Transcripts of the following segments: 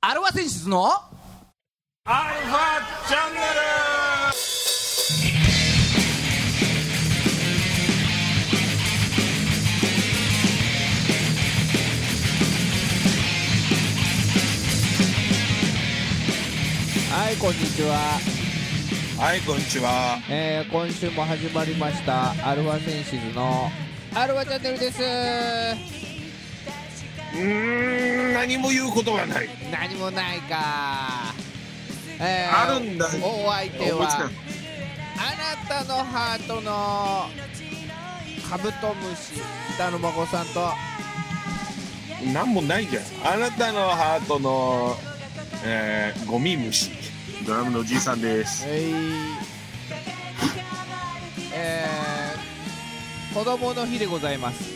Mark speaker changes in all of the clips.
Speaker 1: アルファ選出の
Speaker 2: アルファチャンネル
Speaker 3: はい、こんにちは。
Speaker 2: はいこんにちは
Speaker 3: えー、今週も始まりました、アルファセンシズのアルファチャンネルです。
Speaker 2: うーん何も言うことはない
Speaker 3: 何もないか。え
Speaker 2: あるんだ
Speaker 3: お相手
Speaker 2: おもちゃ
Speaker 3: は、あなたのハートのカブトムシ、北野誠さんと、
Speaker 2: ん何もないじゃんあなたのハートの、えー、ゴミ虫ドラムのおじいさんです
Speaker 3: えーえー、子供の日でございます。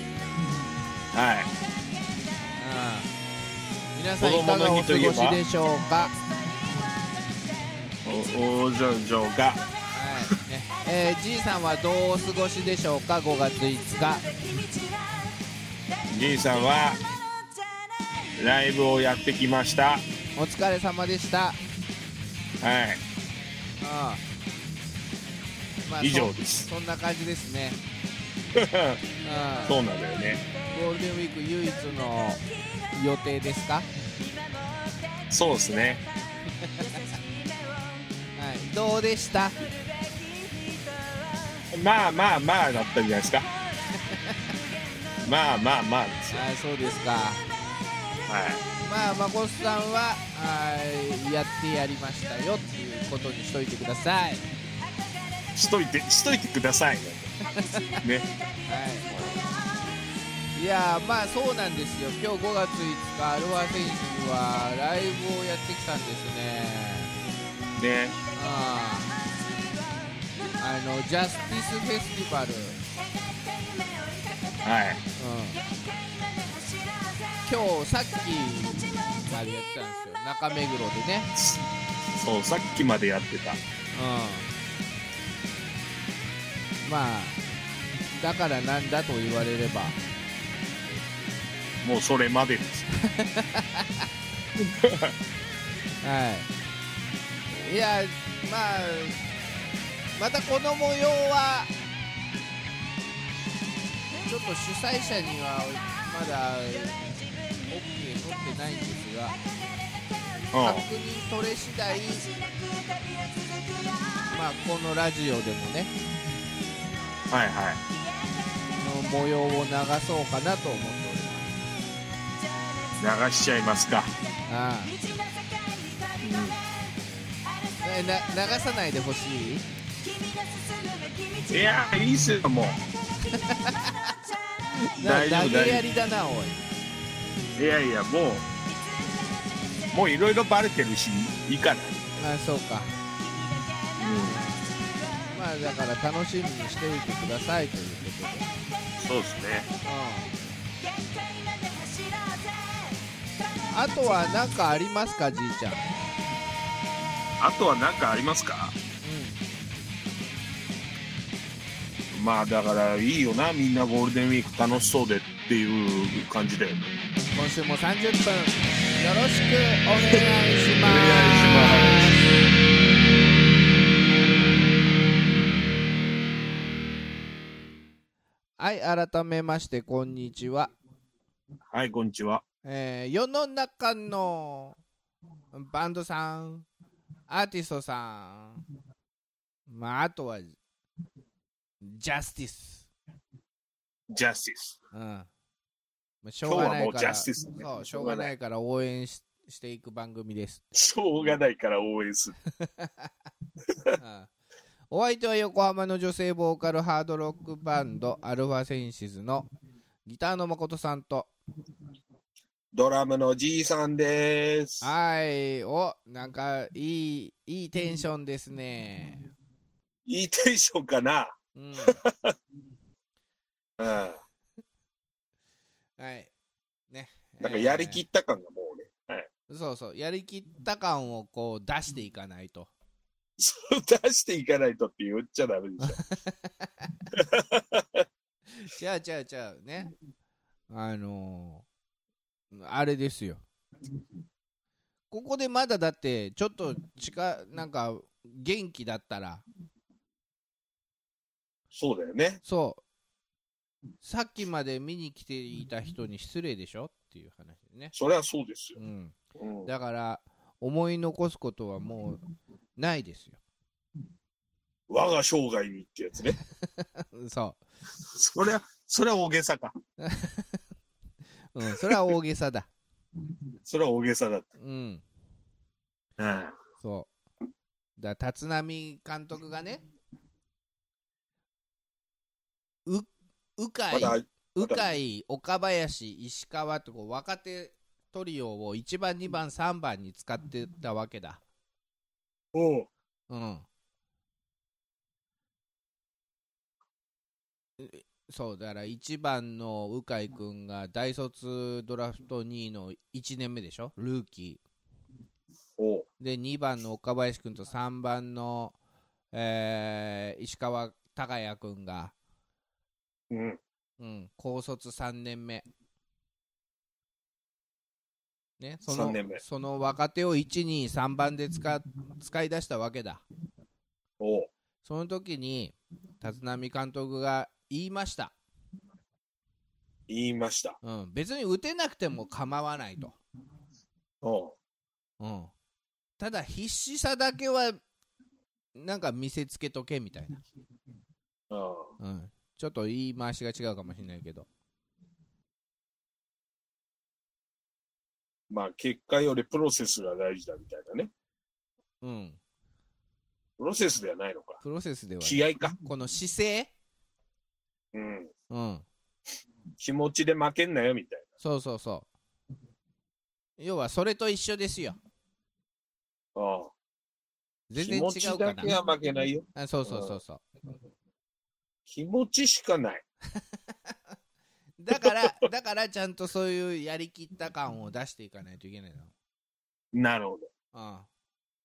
Speaker 2: はい
Speaker 3: うん皆さんい
Speaker 2: 子供
Speaker 3: かが
Speaker 2: の
Speaker 3: お
Speaker 2: 日と
Speaker 3: 過
Speaker 2: いえば
Speaker 3: ごしでしょうか。
Speaker 2: おおじょじょが
Speaker 3: はいねえー、じいさんはどうお過ごしでしょうか5月5日
Speaker 2: じいさんはライブをやってきましたは
Speaker 3: お疲れ様でした、うんまあ
Speaker 2: い以上
Speaker 3: そ
Speaker 2: です
Speaker 3: そんな感じですね、うん、
Speaker 2: そうなんだよね
Speaker 3: ゴールデンウィーク唯一の予定ですか、は
Speaker 2: そうですね
Speaker 3: い、どうでした
Speaker 2: まあまあまあだったんじゃないですかまあまあまあですよ
Speaker 3: はいそうですか
Speaker 2: はい
Speaker 3: まあ孫さんははいやってやりましたよっていうことにしといてください、はい、
Speaker 2: しといてしといてくださいねね
Speaker 3: いやーまあそうなんですよ今日5月5日アルファ選手はライブをやってきたんですね
Speaker 2: ね
Speaker 3: あああのジャスティスフェスティバル、うん、
Speaker 2: はい
Speaker 3: 今日さっきまでやってたんですよ中目黒でね、
Speaker 2: そうさっきまでやってた
Speaker 3: うん、まあだからなんだと言われれば
Speaker 2: もうそれまでです
Speaker 3: はい。いや、まあ、またこの模様は、ちょっと主催者にはまだ OK 取ってないんですが、確認取れ次第、まあ、このラジオでもね、
Speaker 2: うんはいはい
Speaker 3: の模様を流そうかなと思っております。
Speaker 2: 流しちゃいますか
Speaker 3: ああえな流さないでほしい
Speaker 2: いやーいいっすよもう
Speaker 3: な
Speaker 2: 大丈
Speaker 3: 投
Speaker 2: 夫大
Speaker 3: げや
Speaker 2: 丈
Speaker 3: りだな、おい。
Speaker 2: 夫いやいやもうもういろいろバレてるしいいかな
Speaker 3: あそうか。まあだから楽しみにしておいてくださいということで、
Speaker 2: そうですね
Speaker 3: あとは何かありますかじいちゃん、
Speaker 2: あとは何かありますかまあだからいいよなみんなゴールデンウィーク楽しそうでっていう感じで
Speaker 3: 今週も30分よろしくお願いしま
Speaker 2: お願
Speaker 3: すはい改めましてこんにちは、
Speaker 2: はいこんにちは
Speaker 3: えー世の中のバンドさんアーティストさんまああとはジャスティス
Speaker 2: ジャスティス
Speaker 3: うんまあ、しょうがない
Speaker 2: 今日はもう
Speaker 3: か
Speaker 2: ジ
Speaker 3: ら、
Speaker 2: ャスティスね
Speaker 3: そうし
Speaker 2: しょ
Speaker 3: ょう
Speaker 2: う
Speaker 3: が
Speaker 2: がない
Speaker 3: ないから応援ししていく番組です。
Speaker 2: しょうがないから応援する
Speaker 3: うんお相手は横浜の女性ボーカルハードロックバンドアルファセンシズのギターの誠さんと、
Speaker 2: ドラムのおじいさんです
Speaker 3: はい、おなんかいいいいテンションですね。
Speaker 2: いいテンションかな
Speaker 3: うん、
Speaker 2: うん
Speaker 3: はい。ね。
Speaker 2: なんかやりきった感がもうね
Speaker 3: えーそうそう、やりきった感をこう出していかないと。
Speaker 2: そう出していかないとって言っちゃダメで しょ
Speaker 3: 違う違う違うねあのー、あれですよここでまだだってちょっと近なんか元気だったら
Speaker 2: そうだよね。
Speaker 3: そうさっきまで見に来ていた人に失礼でしょっていう話でね、
Speaker 2: それはそうですよ
Speaker 3: う。ん、
Speaker 2: うん、
Speaker 3: だから思い残すことはもうないですよ
Speaker 2: 我が生涯にってやつね。
Speaker 3: そ
Speaker 2: それは、それは大げさか。
Speaker 3: う、うん、それは大げさだ
Speaker 2: それは大げさだっ
Speaker 3: うん
Speaker 2: た。うん
Speaker 3: そうだ立浪監督がねう鵜飼、
Speaker 2: まだ、
Speaker 3: 鵜飼、岡林、石川とこう若手トリオを1番、2番、3番に使ってたわけだ。
Speaker 2: おう
Speaker 3: うん。えそう、だから1番の鵜飼君が大卒ドラフト2位の1年目でしょ、ルーキ
Speaker 2: おう
Speaker 3: ー。で、2番の岡林君と3番の、えー石川隆也君が、
Speaker 2: うん。
Speaker 3: うん、高卒3年目。ね、そ
Speaker 2: 3
Speaker 3: の
Speaker 2: 年目
Speaker 3: その若手を1、2、3番で使っ使い出したわけだ。
Speaker 2: おう
Speaker 3: その時に、立浪監督が言いました。
Speaker 2: 言いました。
Speaker 3: うん、別に打てなくても構わないと。
Speaker 2: おう
Speaker 3: うん、ただ、必死さだけは、なんか見せつけとけみたいな。
Speaker 2: あ
Speaker 3: うん、ちょっと言い回しが違うかもしれないけど。
Speaker 2: まあ、結果よりプロセスが大事だみたいなね。
Speaker 3: うん、
Speaker 2: プロセスではないのか。
Speaker 3: プロセスでは、
Speaker 2: 気合か。
Speaker 3: この姿勢、
Speaker 2: うん。
Speaker 3: うん、
Speaker 2: 気持ちで負けんなよみたい
Speaker 3: そうそうそう。要はそれと一緒ですよ。
Speaker 2: な。ああ
Speaker 3: 全然違
Speaker 2: 気持
Speaker 3: う
Speaker 2: ち
Speaker 3: か
Speaker 2: だけ
Speaker 3: な。
Speaker 2: は負けないよ。
Speaker 3: あそうそうそうそう。
Speaker 2: 気持ちしかない。
Speaker 3: だから、だからちゃんとそういうやりきった感を出していかないといけないの。
Speaker 2: なるほ
Speaker 3: あ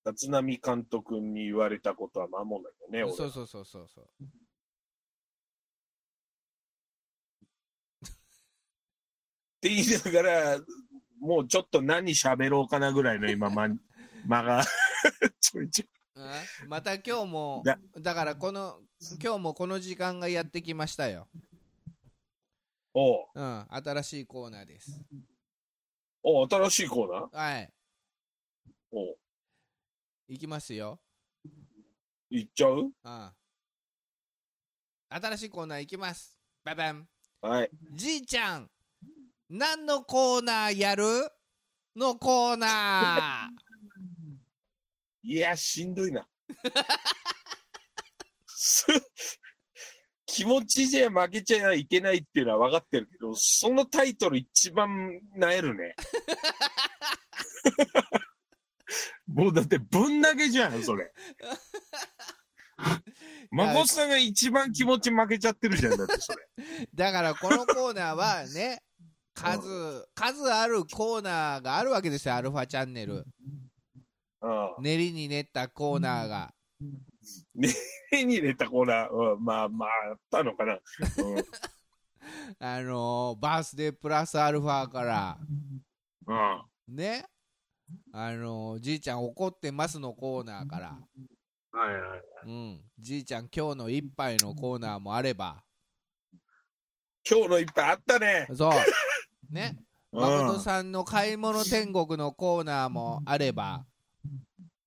Speaker 2: ど。立浪監督に言われたことは守んだけどね、
Speaker 3: あ
Speaker 2: 俺。
Speaker 3: そうそうそうそうそう。
Speaker 2: って言いながら、もうちょっと何喋ろうかなぐらいの 今、ま、間がちょいちょい。
Speaker 3: あまた今日も
Speaker 2: だ、
Speaker 3: だからこの、今日もこの時間がやってきましたよ。
Speaker 2: おう
Speaker 3: うん、新しいコーナーです。
Speaker 2: おう新しいコーナー
Speaker 3: はい、
Speaker 2: おう
Speaker 3: 行きますよ。
Speaker 2: 行っちゃう
Speaker 3: ああ新しいコーナー行きます。ババン。
Speaker 2: はい。
Speaker 3: じいちゃん、何のコーナーやるのコーナ
Speaker 2: いや、しんどいな。す気持ちじゃ負けちゃいけないっていうのは分かってるけど、そのタイトル一番なえるね。もうだってぶん投げじゃん、それ。孫さんが一番気持ち負けちゃってるじゃん、だってそれ。
Speaker 3: ー。だからこのコーナーはね、数、数あるコーナーがあるわけですよ、アルファチャンネル。
Speaker 2: うん。
Speaker 3: 練りに練ったコーナーが。
Speaker 2: 手に入れたコーナー、うん、まあまあ、あったのかな。うん。
Speaker 3: あのーバースデープラスアルファから、
Speaker 2: うん
Speaker 3: ね。あのーじいちゃん怒ってますのコーナーから。
Speaker 2: はいはい。
Speaker 3: うん。じいちゃん今日の一杯のコーナーもあれば。
Speaker 2: 今日の一杯あったね。
Speaker 3: そう。ね。
Speaker 2: うん
Speaker 3: 誠さんの買い物天国のコーナーもあれば。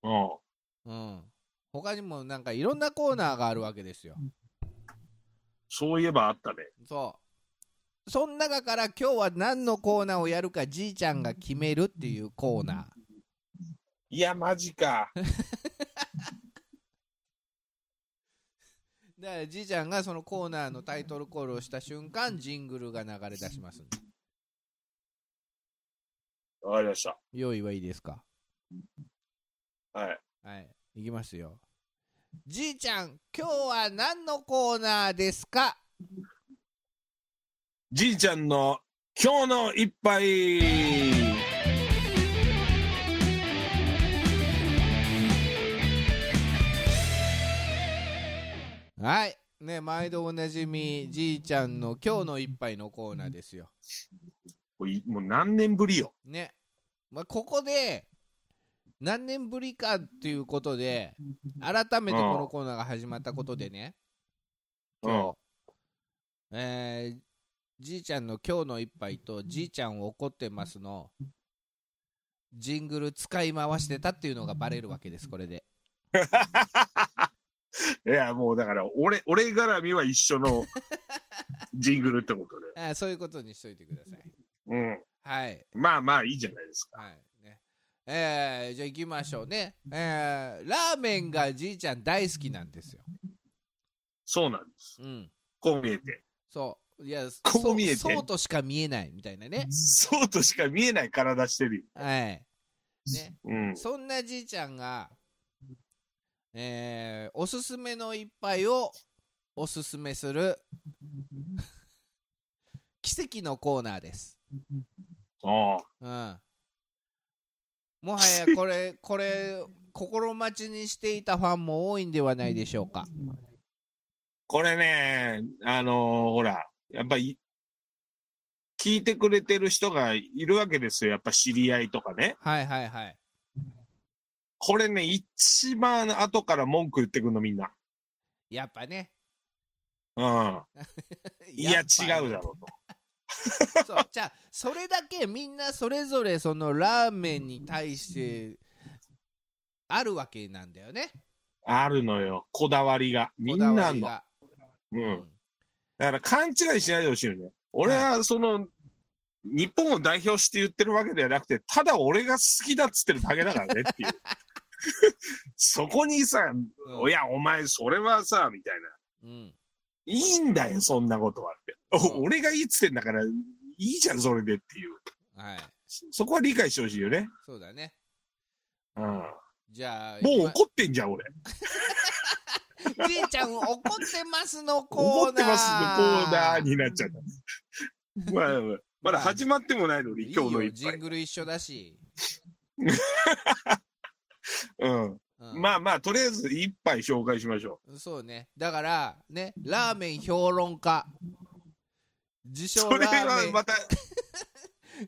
Speaker 2: うん。
Speaker 3: うん。他にもなんかいろんなコーナーがあるわけですよ。
Speaker 2: そういえばあったね。
Speaker 3: そう。その中から今日は何のコーナーをやるかじいちゃんが決めるっていうコーナー。
Speaker 2: いや、マジか。
Speaker 3: だからじいちゃんがそのコーナーのタイトルコールをした瞬間ジングルが流れ出しますんで
Speaker 2: わかりました。
Speaker 3: 用意はいいですか
Speaker 2: はい。
Speaker 3: はいいきますよじいちゃん今日は何のコーナーですか
Speaker 2: じいちゃんの今日の一杯
Speaker 3: はいね毎度おなじみじいちゃんの今日の一杯のコーナーですよ
Speaker 2: これもう何年ぶりよ。
Speaker 3: ねまあここで何年ぶりかっていうことで改めてこのコーナーが始まったことでね
Speaker 2: うん。
Speaker 3: えーじいちゃんの「今日の一杯」と「じいちゃんを怒ってますの」ジングル使い回してたっていうのがバレるわけですこれで
Speaker 2: いや、もうだから、俺、俺絡みは一緒 のジングルってことで。
Speaker 3: あーそういうことにしといてください
Speaker 2: うん。
Speaker 3: はい
Speaker 2: まあまあ、いいじゃないですか。
Speaker 3: はいねえーじゃあ行きましょうね、えーラーメンがじいちゃん大好きなんですよ
Speaker 2: そうなんです。
Speaker 3: うん
Speaker 2: こう見えて。
Speaker 3: そういや
Speaker 2: こう見えて
Speaker 3: そうそうとしか見えないみたいなね
Speaker 2: そうとしか見えない体してるよ。
Speaker 3: はいね
Speaker 2: うん。
Speaker 3: そんなじいちゃんが、えーおすすめの一杯をおすすめす る奇跡のコーナーです。
Speaker 2: ああ。
Speaker 3: うん、もはやこれこれ心待ちにしていたファンも多いんではないでしょうか。
Speaker 2: これね、あのーほら、やっぱり、聞いてくれてる人がいるわけですよ。やっぱ知り合いとかね。
Speaker 3: はいはいはい。
Speaker 2: これね、一番後から文句言ってくるのみんな。
Speaker 3: やっぱね。
Speaker 2: うん。いや、
Speaker 3: っぱね
Speaker 2: 違うだろうと。
Speaker 3: そうじゃあそれだけみんなそれぞれそのラーメンに対してあるわけなんだよね。
Speaker 2: あるのよ。こだわりが。みん
Speaker 3: こだ
Speaker 2: な
Speaker 3: わ
Speaker 2: あん
Speaker 3: り
Speaker 2: の。
Speaker 3: が
Speaker 2: うん。だから勘違いしないでほしいよね。俺はその、日本を代表して言ってるわけではなくて、ただ俺が好きだっつってるだけだからねっ ていう。そこにさ、
Speaker 3: うん
Speaker 2: いや、お前それはさ、みたいな。
Speaker 3: うん、
Speaker 2: いいんだよ、そんなことはって。お
Speaker 3: うん
Speaker 2: 俺がいいっつってんだから、いいじゃん、それでっていう。
Speaker 3: はい、
Speaker 2: そこは理解してほしいよね。
Speaker 3: そうだね。
Speaker 2: うん。も
Speaker 3: じゃあ、
Speaker 2: う怒ってんじゃん、俺。
Speaker 3: 今じいちゃん怒ってますのコ
Speaker 2: 怒っ
Speaker 3: ーナ
Speaker 2: て
Speaker 3: ー。
Speaker 2: ますのコーナーになっちゃった。まあ、まだ始まってもないの
Speaker 3: い
Speaker 2: に、
Speaker 3: い
Speaker 2: 今日の
Speaker 3: よ、
Speaker 2: 一
Speaker 3: ジン
Speaker 2: 杯。
Speaker 3: グル一緒だし。
Speaker 2: うん。
Speaker 3: うん
Speaker 2: まあまあ、とりあえず一杯紹介しましょ
Speaker 3: そうね。だから、ね、ラーメン評論家。自
Speaker 2: う。
Speaker 3: 称
Speaker 2: それ
Speaker 3: ラーメ
Speaker 2: は
Speaker 3: ン、
Speaker 2: ま た、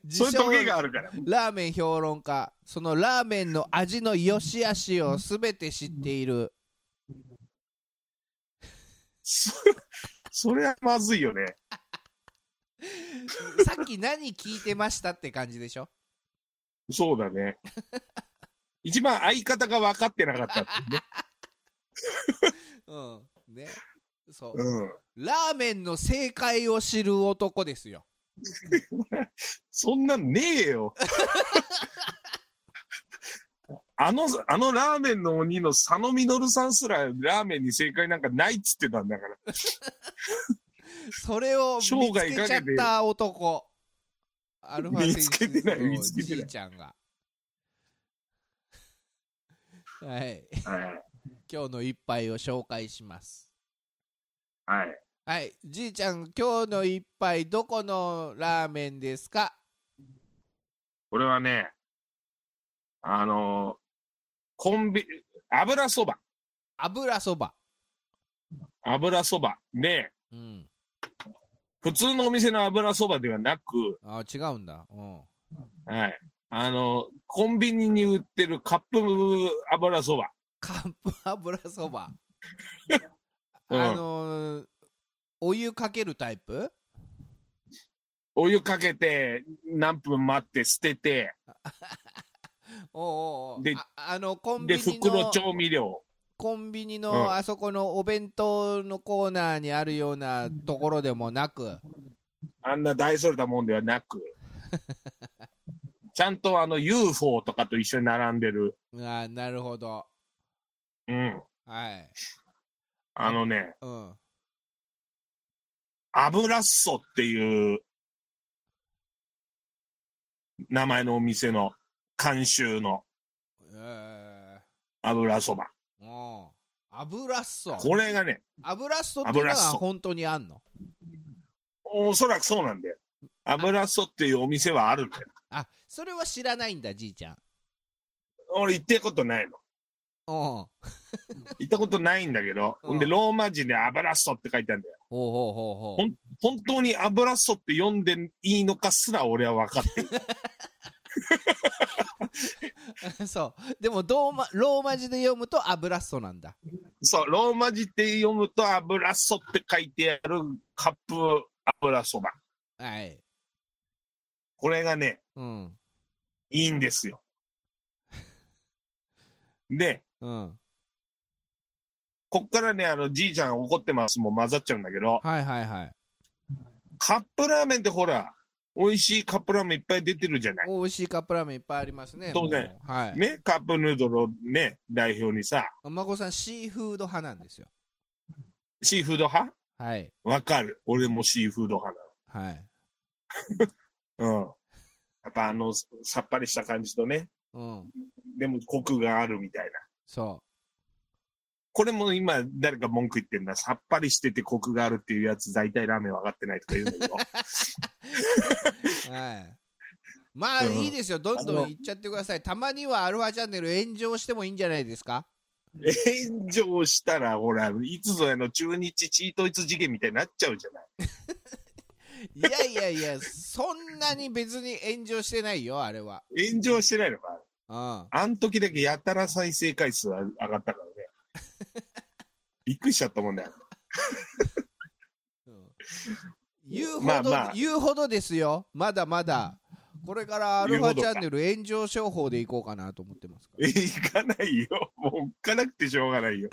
Speaker 3: 自
Speaker 2: そういう
Speaker 3: 称
Speaker 2: トゲがあるから。
Speaker 3: ラーメン評論家。そのラーメンの味の良し悪しをすべて知っている。
Speaker 2: そ それはまずいよね。
Speaker 3: さっき何聞いてましたって感じでしょ
Speaker 2: そうだね。一番相方が分かってなかったっていうね。
Speaker 3: うん。ね。そう。
Speaker 2: うん。
Speaker 3: ラーメンの正解を知る男ですよ。
Speaker 2: そんなんねえよ。 あの、あのラーメンの鬼の佐野実さんすらラーメンに正解なんかないっつってたんだから。
Speaker 3: それを見つけちゃった男。アルファ
Speaker 2: 見つけてない
Speaker 3: セン
Speaker 2: 見
Speaker 3: シ
Speaker 2: つ
Speaker 3: テ
Speaker 2: け
Speaker 3: ィブのじ
Speaker 2: てない
Speaker 3: いちゃんが。はい。
Speaker 2: はい。
Speaker 3: 今日の一杯を紹介します。
Speaker 2: はい。
Speaker 3: はい。じいちゃん、今日の一杯、どこのラーメンですか
Speaker 2: これはね、あのコンビ、油そば。
Speaker 3: 油そば。
Speaker 2: 油そばで、
Speaker 3: うん。
Speaker 2: 普通のお店の油そばではなく、
Speaker 3: あ、違うんだ。うん。
Speaker 2: はい。あの、コンビニに売ってるカップ油そば。
Speaker 3: カップ 油そば。あ
Speaker 2: うん
Speaker 3: のーお湯かけるタイプ
Speaker 2: お湯かけて、何分待って捨てて、
Speaker 3: おうおうおう
Speaker 2: で
Speaker 3: ああの、コンビ
Speaker 2: で、
Speaker 3: ニの。
Speaker 2: 袋調味料。
Speaker 3: コンビニ
Speaker 2: う
Speaker 3: の
Speaker 2: ん
Speaker 3: あそこのお弁当のコーナーにあるようなところでもなく、
Speaker 2: あんな大それたもんではな く、ちゃんとあの UFO とかと一緒に並んでる。
Speaker 3: ああなるほど
Speaker 2: うん。
Speaker 3: はい
Speaker 2: あのね、
Speaker 3: うん
Speaker 2: 油っそっていう名前のお店の監修の
Speaker 3: え
Speaker 2: 油そば。
Speaker 3: ー、もう油っそ
Speaker 2: これがね、
Speaker 3: 油っそっていうの
Speaker 2: 油
Speaker 3: は
Speaker 2: っそ
Speaker 3: 本当にあんの
Speaker 2: おそらくそうなんだよ。油そっていうお店はあるんだよ。
Speaker 3: あそれは知らないんだじいちゃん
Speaker 2: 俺行ったことない
Speaker 3: う
Speaker 2: の。
Speaker 3: んおう
Speaker 2: 行ったことないんだけど、
Speaker 3: うん
Speaker 2: ほんでローマ字で油そって書いてあるんだよ。
Speaker 3: ほうほうほう
Speaker 2: ほん本当に油そって読 んでいいのかすら俺は分かってる。
Speaker 3: ほう そうでもローマローマ字で読むと油っそなんだ
Speaker 2: そう、ローマ字で読むと油そって書いてあるカップ油そば。
Speaker 3: はい
Speaker 2: これがね、
Speaker 3: うん
Speaker 2: いいんですよ。で、
Speaker 3: うん
Speaker 2: こっからね、あの、じいちゃん怒ってますも混ざっちゃうんだけど、
Speaker 3: はいはいはい
Speaker 2: カップラーメンってほら、美味しいカップラーメンいっぱい出てるじゃない。
Speaker 3: 美味しいカップラーメンいっぱいありますね
Speaker 2: 当然
Speaker 3: もうはい
Speaker 2: ね、カップヌードルをね、代表にさ、
Speaker 3: お孫さんシーフード派なんですよ
Speaker 2: シーフード派
Speaker 3: はい
Speaker 2: わかる。俺もシーフード派
Speaker 3: はい
Speaker 2: なの。うん。やっぱあの、さっぱりした感じとね、
Speaker 3: うん
Speaker 2: でもコクがあるみたいな。
Speaker 3: そ
Speaker 2: これも今、誰か文句言ってんだ。さっぱりしててコクがあるっていうやつ、大体ラーメン分かってないとか言うんだけど。
Speaker 3: うはいまあ
Speaker 2: うん
Speaker 3: いいですよどん
Speaker 2: あ
Speaker 3: ど
Speaker 2: の
Speaker 3: んいっちゃってくださいたまにはアルファチャンネル炎上してもいいんじゃないですか
Speaker 2: 炎上したら、ほら、いつぞやの中日チートイツ事件みたいになっちゃうじゃない。
Speaker 3: いやいやいやそんなに別に炎上してないよあれは
Speaker 2: 炎上してないのか。
Speaker 3: うん
Speaker 2: あん時だけやたら再生回数上がったからね。びっくりしちゃったもんだよ。
Speaker 3: うん言うほど、
Speaker 2: まあまあ
Speaker 3: 言うほどですよまだまだこれからアルファチャンネル炎上商法でいこうかなと思ってますから
Speaker 2: え、行かないよ。もう行かなくてしょうがないよ。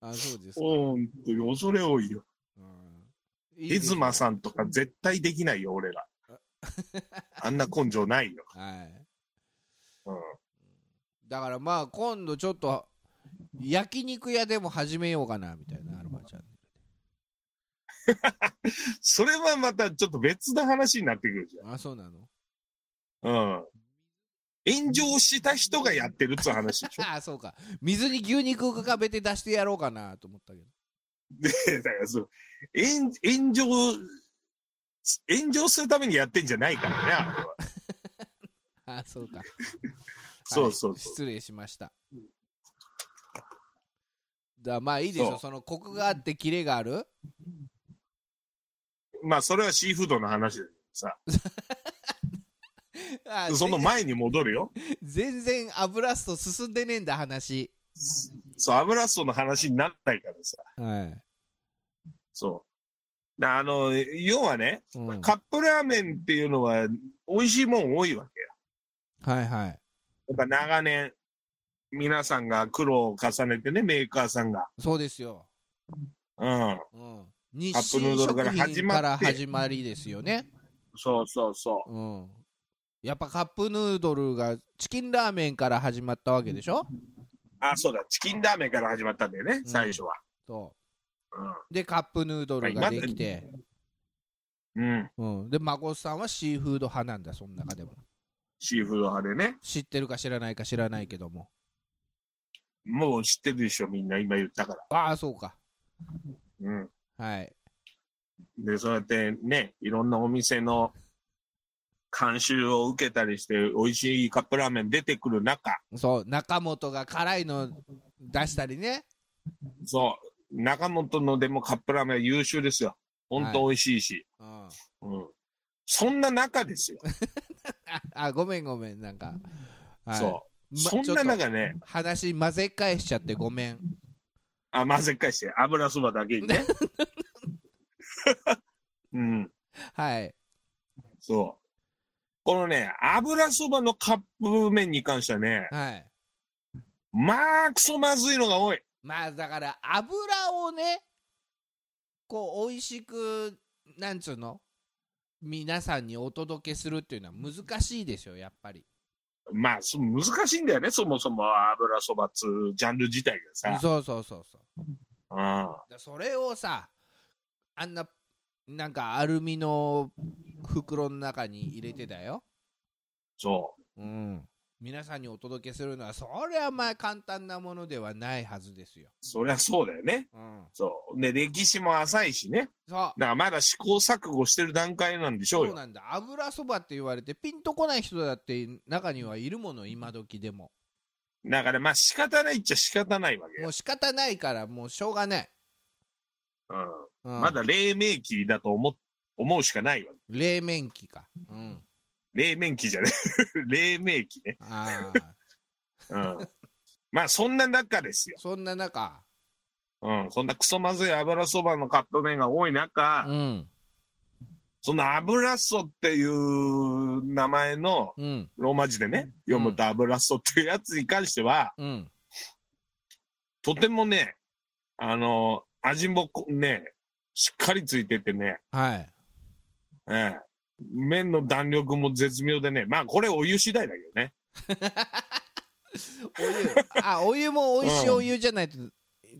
Speaker 3: あそうですか、
Speaker 2: ほんとに恐れ多いよ。
Speaker 3: うんいい
Speaker 2: エ
Speaker 3: です
Speaker 2: ズマさんとか絶対できないよ、俺ら。あんな根性ないよ。
Speaker 3: はい
Speaker 2: うん
Speaker 3: だからまあ今度ちょっと焼肉屋でも始めようかなみたいなアルファチャンネ
Speaker 2: それはまたちょっと別の話になってくるじ
Speaker 3: ルあそうなの
Speaker 2: ゃん。うん。炎上した人がやってるっつう話でしょ
Speaker 3: あそうか水に牛肉浮かべて出してやろうかなと思ったけど
Speaker 2: だからそう炎炎上、炎上するためにやってんじゃないからねあれは。
Speaker 3: あそう か
Speaker 2: そうそうそう
Speaker 3: 失礼しましただまあいいでしょ
Speaker 2: そう
Speaker 3: そのコクがあってキレがある
Speaker 2: まあそれはシーフードの話だけどさ。
Speaker 3: あ
Speaker 2: その前に戻るよ。
Speaker 3: 全然油スト進んでねえんだ話
Speaker 2: そう、油その話にならないからさ。
Speaker 3: は
Speaker 2: そう。だあの、要はね、
Speaker 3: い、うん、はい
Speaker 2: カップラーメンっていうのは美味しいもん多いわけよ。
Speaker 3: はい
Speaker 2: やっぱ長年、皆さんが苦労を重ねてね、メーカーさんが。
Speaker 3: そうですよ、
Speaker 2: うん。
Speaker 3: うん、日
Speaker 2: カップヌ
Speaker 3: 清
Speaker 2: ードル
Speaker 3: 食
Speaker 2: から始
Speaker 3: 品
Speaker 2: まって
Speaker 3: から始まりですよね、
Speaker 2: そうそうそ
Speaker 3: うん、やっぱカップヌードルがチキンラーメンから始まったわけでしょ
Speaker 2: う。あ、そうだ。チキンラーメンから始まったんだよね、
Speaker 3: ん
Speaker 2: 最初は。
Speaker 3: そ
Speaker 2: うん
Speaker 3: うでカップヌードルができて、
Speaker 2: うん。
Speaker 3: うん、で孫さんはシーフード派なんだその中でも
Speaker 2: シーフード派でね。
Speaker 3: 知ってるか知らないか知らないけども
Speaker 2: もう知ってるでしょ、みんな今言ったから。
Speaker 3: ああそうか
Speaker 2: うん。
Speaker 3: はい
Speaker 2: で、そうやってね、いろんなお店の監修を受けたりして、美味しいカップラーメン出てくる中、
Speaker 3: そう中本が辛いの出したりね
Speaker 2: そう、中本のでもカップラーメンは優秀ですよ。ほんと美味しいし。
Speaker 3: うん
Speaker 2: うん。そんな中ですよ。
Speaker 3: あごめんごめんなんか、はい
Speaker 2: そう。
Speaker 3: ま
Speaker 2: そんな
Speaker 3: ちょっと
Speaker 2: 中ね、
Speaker 3: 話混ぜ返しちゃってごめん
Speaker 2: あ、まあ、ぜっかいして、油そばだけ にね。うん、
Speaker 3: はい
Speaker 2: そう。このね、油そばのカップ麺に関してはね、
Speaker 3: はい
Speaker 2: まあ、クソまずいのが多い。
Speaker 3: まあだから油をねこう美味しくなんつうの皆さんにお届けするっていうのは難しいですよやっぱり
Speaker 2: まあ、そ難しいんだよね、そもそも油そばっつうジャンル自体がさ。
Speaker 3: そうそうそうそう
Speaker 2: うん
Speaker 3: だそれをさあんななんかアルミの袋の中に入れてたよ、
Speaker 2: そ
Speaker 3: うん、皆さんにお届けするのはそりゃまあ簡単なものではないはずですよ、
Speaker 2: う。そりゃそうだよね。
Speaker 3: うん、
Speaker 2: そう。で、歴史も浅いしね。
Speaker 3: そう
Speaker 2: だからまだ試行錯誤してる段階なんでしょう
Speaker 3: そう
Speaker 2: よ。
Speaker 3: なんだ油そばって言われてピンとこない人だって中にはいるもの今時でも
Speaker 2: だからまあ仕方ないっちゃ仕方ないわけ
Speaker 3: も
Speaker 2: よ。
Speaker 3: う仕方ないからもうしょうがない、
Speaker 2: う。
Speaker 3: うんん、
Speaker 2: まだ黎明期だと思っ思うしかないわけ。
Speaker 3: 冷麺機か、うん、
Speaker 2: 黎明期じゃね 黎明期ね。
Speaker 3: あ あ
Speaker 2: うん。まあ、そんな中ですよ。
Speaker 3: そんな中
Speaker 2: うん。そんなクソまずい油そばのカップ麺が多い中、
Speaker 3: うん
Speaker 2: その油そっていう名前の
Speaker 3: うん
Speaker 2: ローマ字でね、読むと油そっていうやつに関しては、
Speaker 3: うん
Speaker 2: とてもね、あの、味もこね、しっかりついててね、
Speaker 3: はい
Speaker 2: ええ麺の弾力も絶妙でね、まあこれお湯次第だけどね。
Speaker 3: お湯あお湯も美味しい
Speaker 2: うん
Speaker 3: お湯じゃないと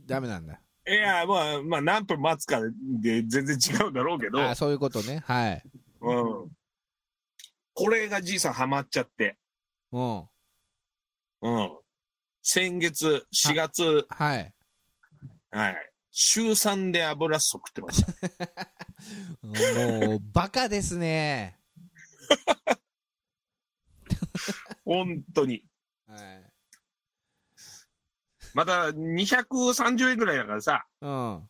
Speaker 3: ダメなんだ、
Speaker 2: いや、まあ、まあ、何分待つかで全然違うんだろうけど、
Speaker 3: あそういうことねはい
Speaker 2: うん。これがじいさんハマっちゃって、
Speaker 3: うん
Speaker 2: うん。先月、4月、
Speaker 3: はい
Speaker 2: はい。週3で油そ食ってました。
Speaker 3: もうバカですね
Speaker 2: 本当に。
Speaker 3: はい
Speaker 2: また、230円ぐらいだからさ、
Speaker 3: うん
Speaker 2: うん。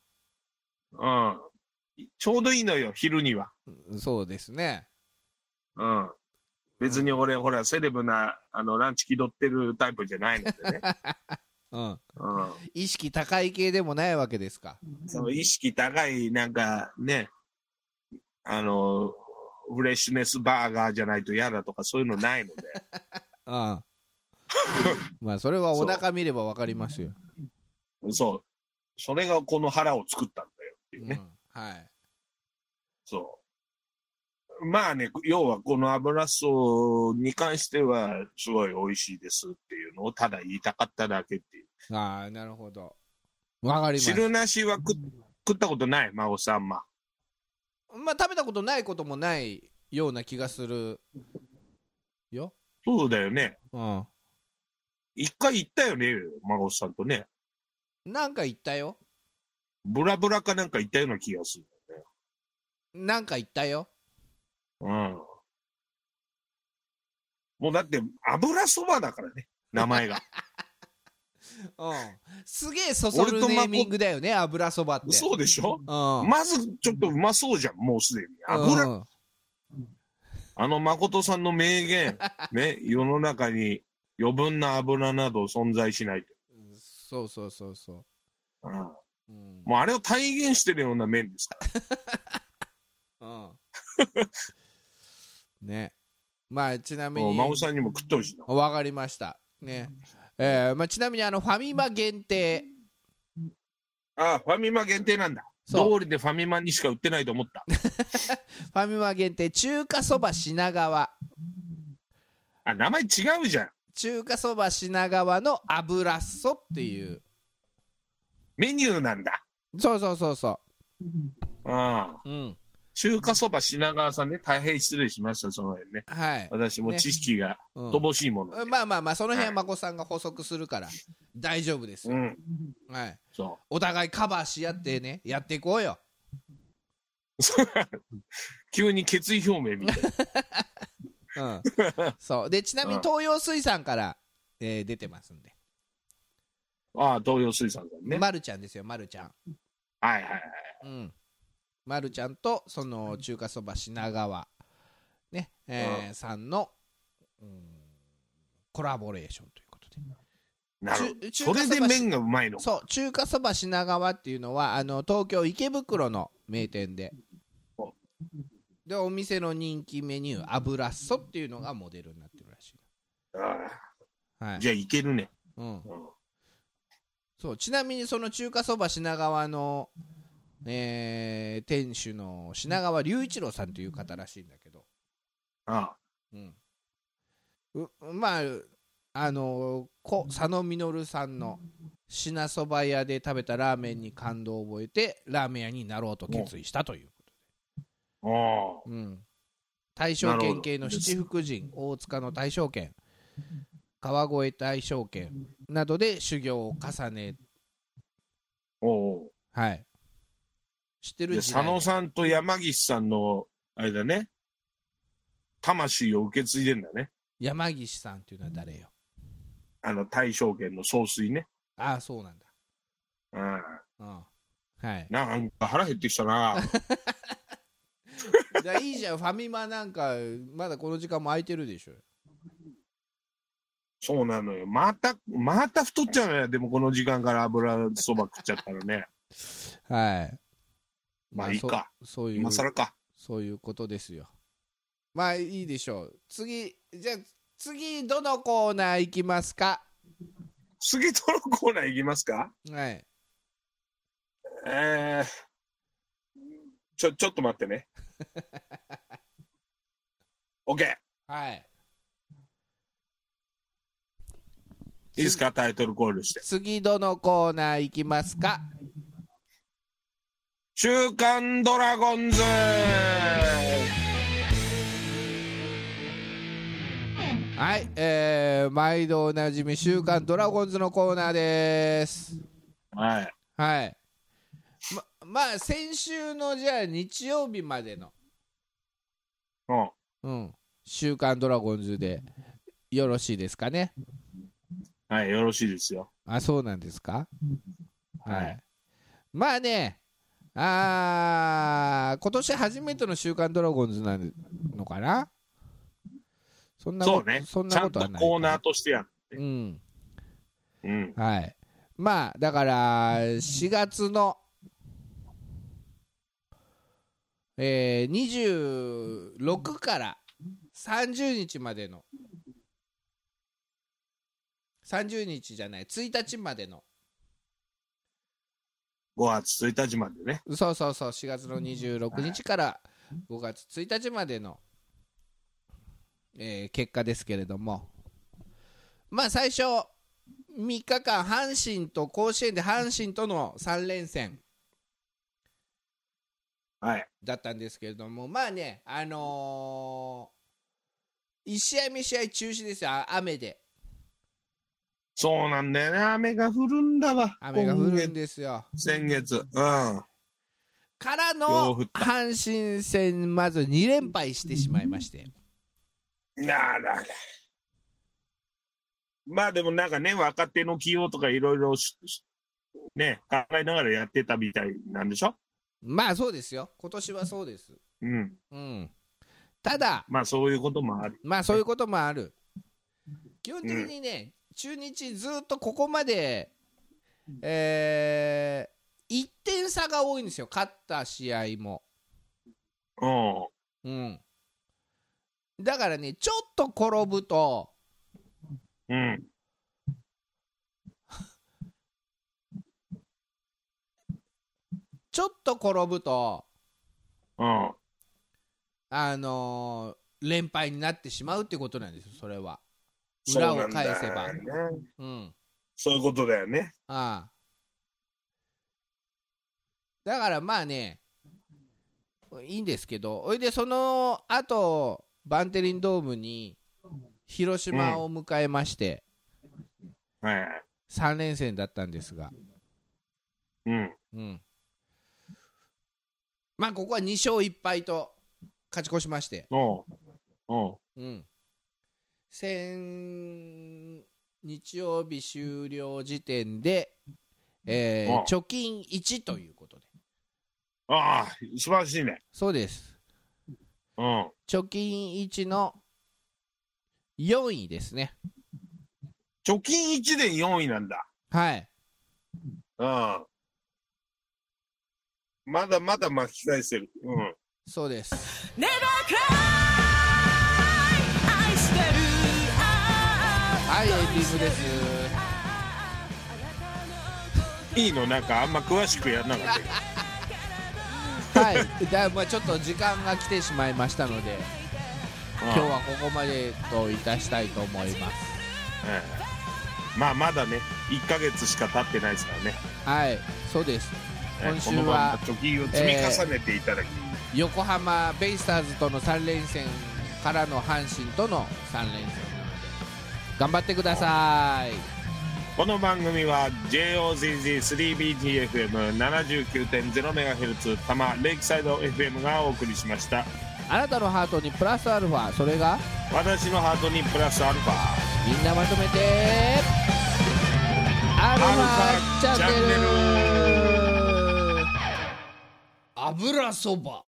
Speaker 2: ちょうどいいのよ、昼には。
Speaker 3: そうですね
Speaker 2: うん。別に俺、ほら、セレブな、あの、ランチ気取ってるタイプじゃないのでね。
Speaker 3: うん
Speaker 2: うん。
Speaker 3: 意識高い系でもないわけですか
Speaker 2: その意識高い、なんかね、あの、フレッシュネスバーガーじゃないと嫌だとかそういうのないので。
Speaker 3: うん まあそれはお腹見ればわかりますよ、
Speaker 2: そう。それがこの腹を作ったんだよっていううんね。
Speaker 3: はい
Speaker 2: そう。まあね、要はこの油そに関してはすごい美味しいですっていうのをただ言いたかっただけっていう。
Speaker 3: ああなるほどわかります
Speaker 2: 汁なしは食食ったことない、孫さんま。
Speaker 3: まあ食べたことないこともないような気がするよ
Speaker 2: そうだよね。
Speaker 3: うん
Speaker 2: 一回行ったよね、孫さんとね。
Speaker 3: なんか言ったよ
Speaker 2: ブラブラかなんか行ったような気がする。
Speaker 3: なんか言ったよ
Speaker 2: うん。もうだって油そばだからね、名 前が。
Speaker 3: うんすげえそそる
Speaker 2: 俺とま
Speaker 3: ネ
Speaker 2: こ
Speaker 3: ーミングだよね油そばって
Speaker 2: そうでしょ
Speaker 3: うん、ま
Speaker 2: まずちょっとうまそうじゃん、もうすでに。油、
Speaker 3: うん、
Speaker 2: あの誠さんの名 言、ね、世の中に余分な油など存在しないと。
Speaker 3: そうそうそうそ
Speaker 2: うん、
Speaker 3: う、うん
Speaker 2: もうあれを体現してるような麺ですか
Speaker 3: うん、 ねまあちな
Speaker 2: ら。
Speaker 3: み
Speaker 2: もう
Speaker 3: に
Speaker 2: 孫さんにも食ってほしいな。
Speaker 3: わかりましたねえーまあ、ちなみにあのファミマ限定
Speaker 2: ああ、ファミマ限定なんだ。
Speaker 3: そう
Speaker 2: 通りでファミマにしか売ってないと思った。
Speaker 3: ファミマ限定中華そば品川
Speaker 2: あ、名前違うじゃん。
Speaker 3: 中華そば品川の油そっていう
Speaker 2: メニューなんだ。
Speaker 3: そうそうそうそ
Speaker 2: ああ
Speaker 3: ううん
Speaker 2: 中華そば品川さんね、大変失礼しました、その辺ね。
Speaker 3: はい、
Speaker 2: 私も知識が
Speaker 3: うん
Speaker 2: 乏しいもので、
Speaker 3: まあまあまあその辺はまこさんが補足するから大丈夫です
Speaker 2: う
Speaker 3: よ、
Speaker 2: ん、
Speaker 3: はい、
Speaker 2: そ
Speaker 3: お互いカバーし合ってねやっていこうよ
Speaker 2: う。急に決意表明み たいな。
Speaker 3: うん そうでちなみに東洋水産から、えー出てますんで、
Speaker 2: ああ、東洋水産さんね。
Speaker 3: まるちゃんですよまるちゃん
Speaker 2: はいはいはい。
Speaker 3: うん、まるちゃんとその中華そば品川、ねえーさんの、うん、コラボレーションということで
Speaker 2: なるほど。
Speaker 3: 中中
Speaker 2: そ
Speaker 3: 華そば
Speaker 2: れで麺がうまいの。
Speaker 3: そう中華そば品川っていうのはあの東京池袋の名店で
Speaker 2: お
Speaker 3: でお店の人気メニュー油そっていうのがモデルになってるらしい、
Speaker 2: あ
Speaker 3: は
Speaker 2: あ
Speaker 3: い
Speaker 2: じゃあいけるね。
Speaker 3: うん、
Speaker 2: うん
Speaker 3: そうちなみにその中華そば品川の、えー店主の品川隆一郎さんという方らしいんだけど
Speaker 2: あ
Speaker 3: うん、うまああのこ佐野実さんの品そば屋で食べたラーメンに感動を覚えてラーメン屋になろうと決意したという、
Speaker 2: あ。ああ
Speaker 3: うん、大正圏系の七福神大塚の大正圏川越大正圏などで修行を重ね
Speaker 2: おお
Speaker 3: はい知って
Speaker 2: う。
Speaker 3: る
Speaker 2: で
Speaker 3: 時
Speaker 2: 佐
Speaker 3: 代
Speaker 2: 野さんと山岸さんの、あれだね。魂を受け継いでんだね。
Speaker 3: 山岸さんっていうのは誰よ
Speaker 2: あの、大正圏の総帥ね。
Speaker 3: ああそうなんだ
Speaker 2: う
Speaker 3: うん
Speaker 2: ん。
Speaker 3: はい
Speaker 2: なんか腹減ってきたな。
Speaker 3: だからいいじゃんファミマなんかまだこの時間も空いてるでしょ
Speaker 2: そうなのよ。また、また太っちゃうのよ。でもこの時間から油そば食っちゃったらね。
Speaker 3: はい
Speaker 2: まあいいか
Speaker 3: そそういう
Speaker 2: 今更か。
Speaker 3: そういうことですよまあいいでしょう次じゃあ次どのコーナー行きますか
Speaker 2: 次とのコーナーいきますか
Speaker 3: はい
Speaker 2: えー、ちょ、ちょっと待って ね。OK!
Speaker 3: はい
Speaker 2: いいですかタイトルコールして。
Speaker 3: 次どのコーナー行きますか
Speaker 2: 週刊ドラゴンズ
Speaker 3: はい、えー、毎度おなじみ「週刊ドラゴンズ」のコーナーです
Speaker 2: はい。
Speaker 3: はいままあ先週のじゃあ日曜日までの
Speaker 2: うん。
Speaker 3: うん「週刊ドラゴンズ」でよろしいですかね
Speaker 2: はい、よろしいですよ。
Speaker 3: あそうなんですか
Speaker 2: はい
Speaker 3: はいまあねあー今年初めての「週刊ドラゴンズ」なのかなそんなこ
Speaker 2: そう
Speaker 3: と
Speaker 2: ね。
Speaker 3: そんなことは
Speaker 2: ちゃん
Speaker 3: な
Speaker 2: と
Speaker 3: い
Speaker 2: コーナーとしてやる。
Speaker 3: うん
Speaker 2: うん。
Speaker 3: はい。まあ、だから、4月の、えー、26から30日までの、30日じゃない、1日までの、
Speaker 2: 5月1日までね。
Speaker 3: そうそうそう、4月の26日から5月1日までの、えー結果ですけれども、まあ、最初、3日間、阪神と甲子園で阪神との3連戦
Speaker 2: はい。
Speaker 3: だったんですけれども、まあね、あの1試合目、試合中止ですよ、あ雨で、
Speaker 2: そうなんだよね。雨が降るんだわ。
Speaker 3: 雨が降るんですよ。
Speaker 2: 先月。うん。
Speaker 3: から
Speaker 2: よ
Speaker 3: の
Speaker 2: う降った
Speaker 3: 阪神戦、まず2連敗してしまいまして。
Speaker 2: ならまあでもなんかね、若手の起用とかいろいろししね、考えながらやってたみたいなんでしょ
Speaker 3: まあそうですよ、今年はそうです。
Speaker 2: うん。
Speaker 3: うん、ただ、
Speaker 2: まあそういうこともある。
Speaker 3: まあそういうこともある。基本的にね、中日ずっとここまで、え1点差が多いんですよ、勝った試合も。
Speaker 2: うん。
Speaker 3: うん、だからね、ちょっと転ぶと、
Speaker 2: うん。
Speaker 3: ちょっと転ぶと、
Speaker 2: うん。
Speaker 3: あのー連敗になってしまうってことなんですよ、それは。
Speaker 2: そう
Speaker 3: 裏を
Speaker 2: なんだ
Speaker 3: 返
Speaker 2: よ
Speaker 3: せば。
Speaker 2: ね。
Speaker 3: うん
Speaker 2: そういうことだよね。
Speaker 3: ああだからまあねいいんですけどおいでその後バンテリンドームに広島を迎えまして、
Speaker 2: はい。
Speaker 3: 3連戦だったんですが、
Speaker 2: うん。
Speaker 3: うん、まあここは2勝1敗と勝ち越しまして、
Speaker 2: うん。うん。
Speaker 3: うん、先日曜日終了時点で、えー
Speaker 2: うん
Speaker 3: 貯金1ということで。
Speaker 2: ああ、素晴らしいね。
Speaker 3: そうです。
Speaker 2: うん。
Speaker 3: 貯金1の4位ですね。
Speaker 2: 貯金1で4位なんだ。
Speaker 3: はい。
Speaker 2: うん。まだまだ巻き返せる。うん。
Speaker 3: そうです。
Speaker 1: Never cry 愛してる
Speaker 3: はい、エンディングです。
Speaker 2: いいのなんかあんま詳しくやんなか ったけど。
Speaker 3: はい。だまあちょっと時間が来てしまいましたので、今日はここまでといたしたいと思います。
Speaker 2: ええまあまだね1ヶ月しか経ってないですからね、
Speaker 3: はい。そうです。
Speaker 2: ええ
Speaker 3: 今週
Speaker 2: このまま
Speaker 3: は
Speaker 2: 貯金を積み重ねていただき、
Speaker 3: 横浜ベイスターズとの3連戦からの阪神との3連戦なので、頑張ってください。
Speaker 2: この番組は JOZZ3BGFM79.0MHz 多摩レイクサイド FM がお送りしました
Speaker 3: あなたのハートにプラスアルファ、それが
Speaker 2: 私のハートにプラスアルファ
Speaker 3: みんなまとめてアルファチャンネル油そば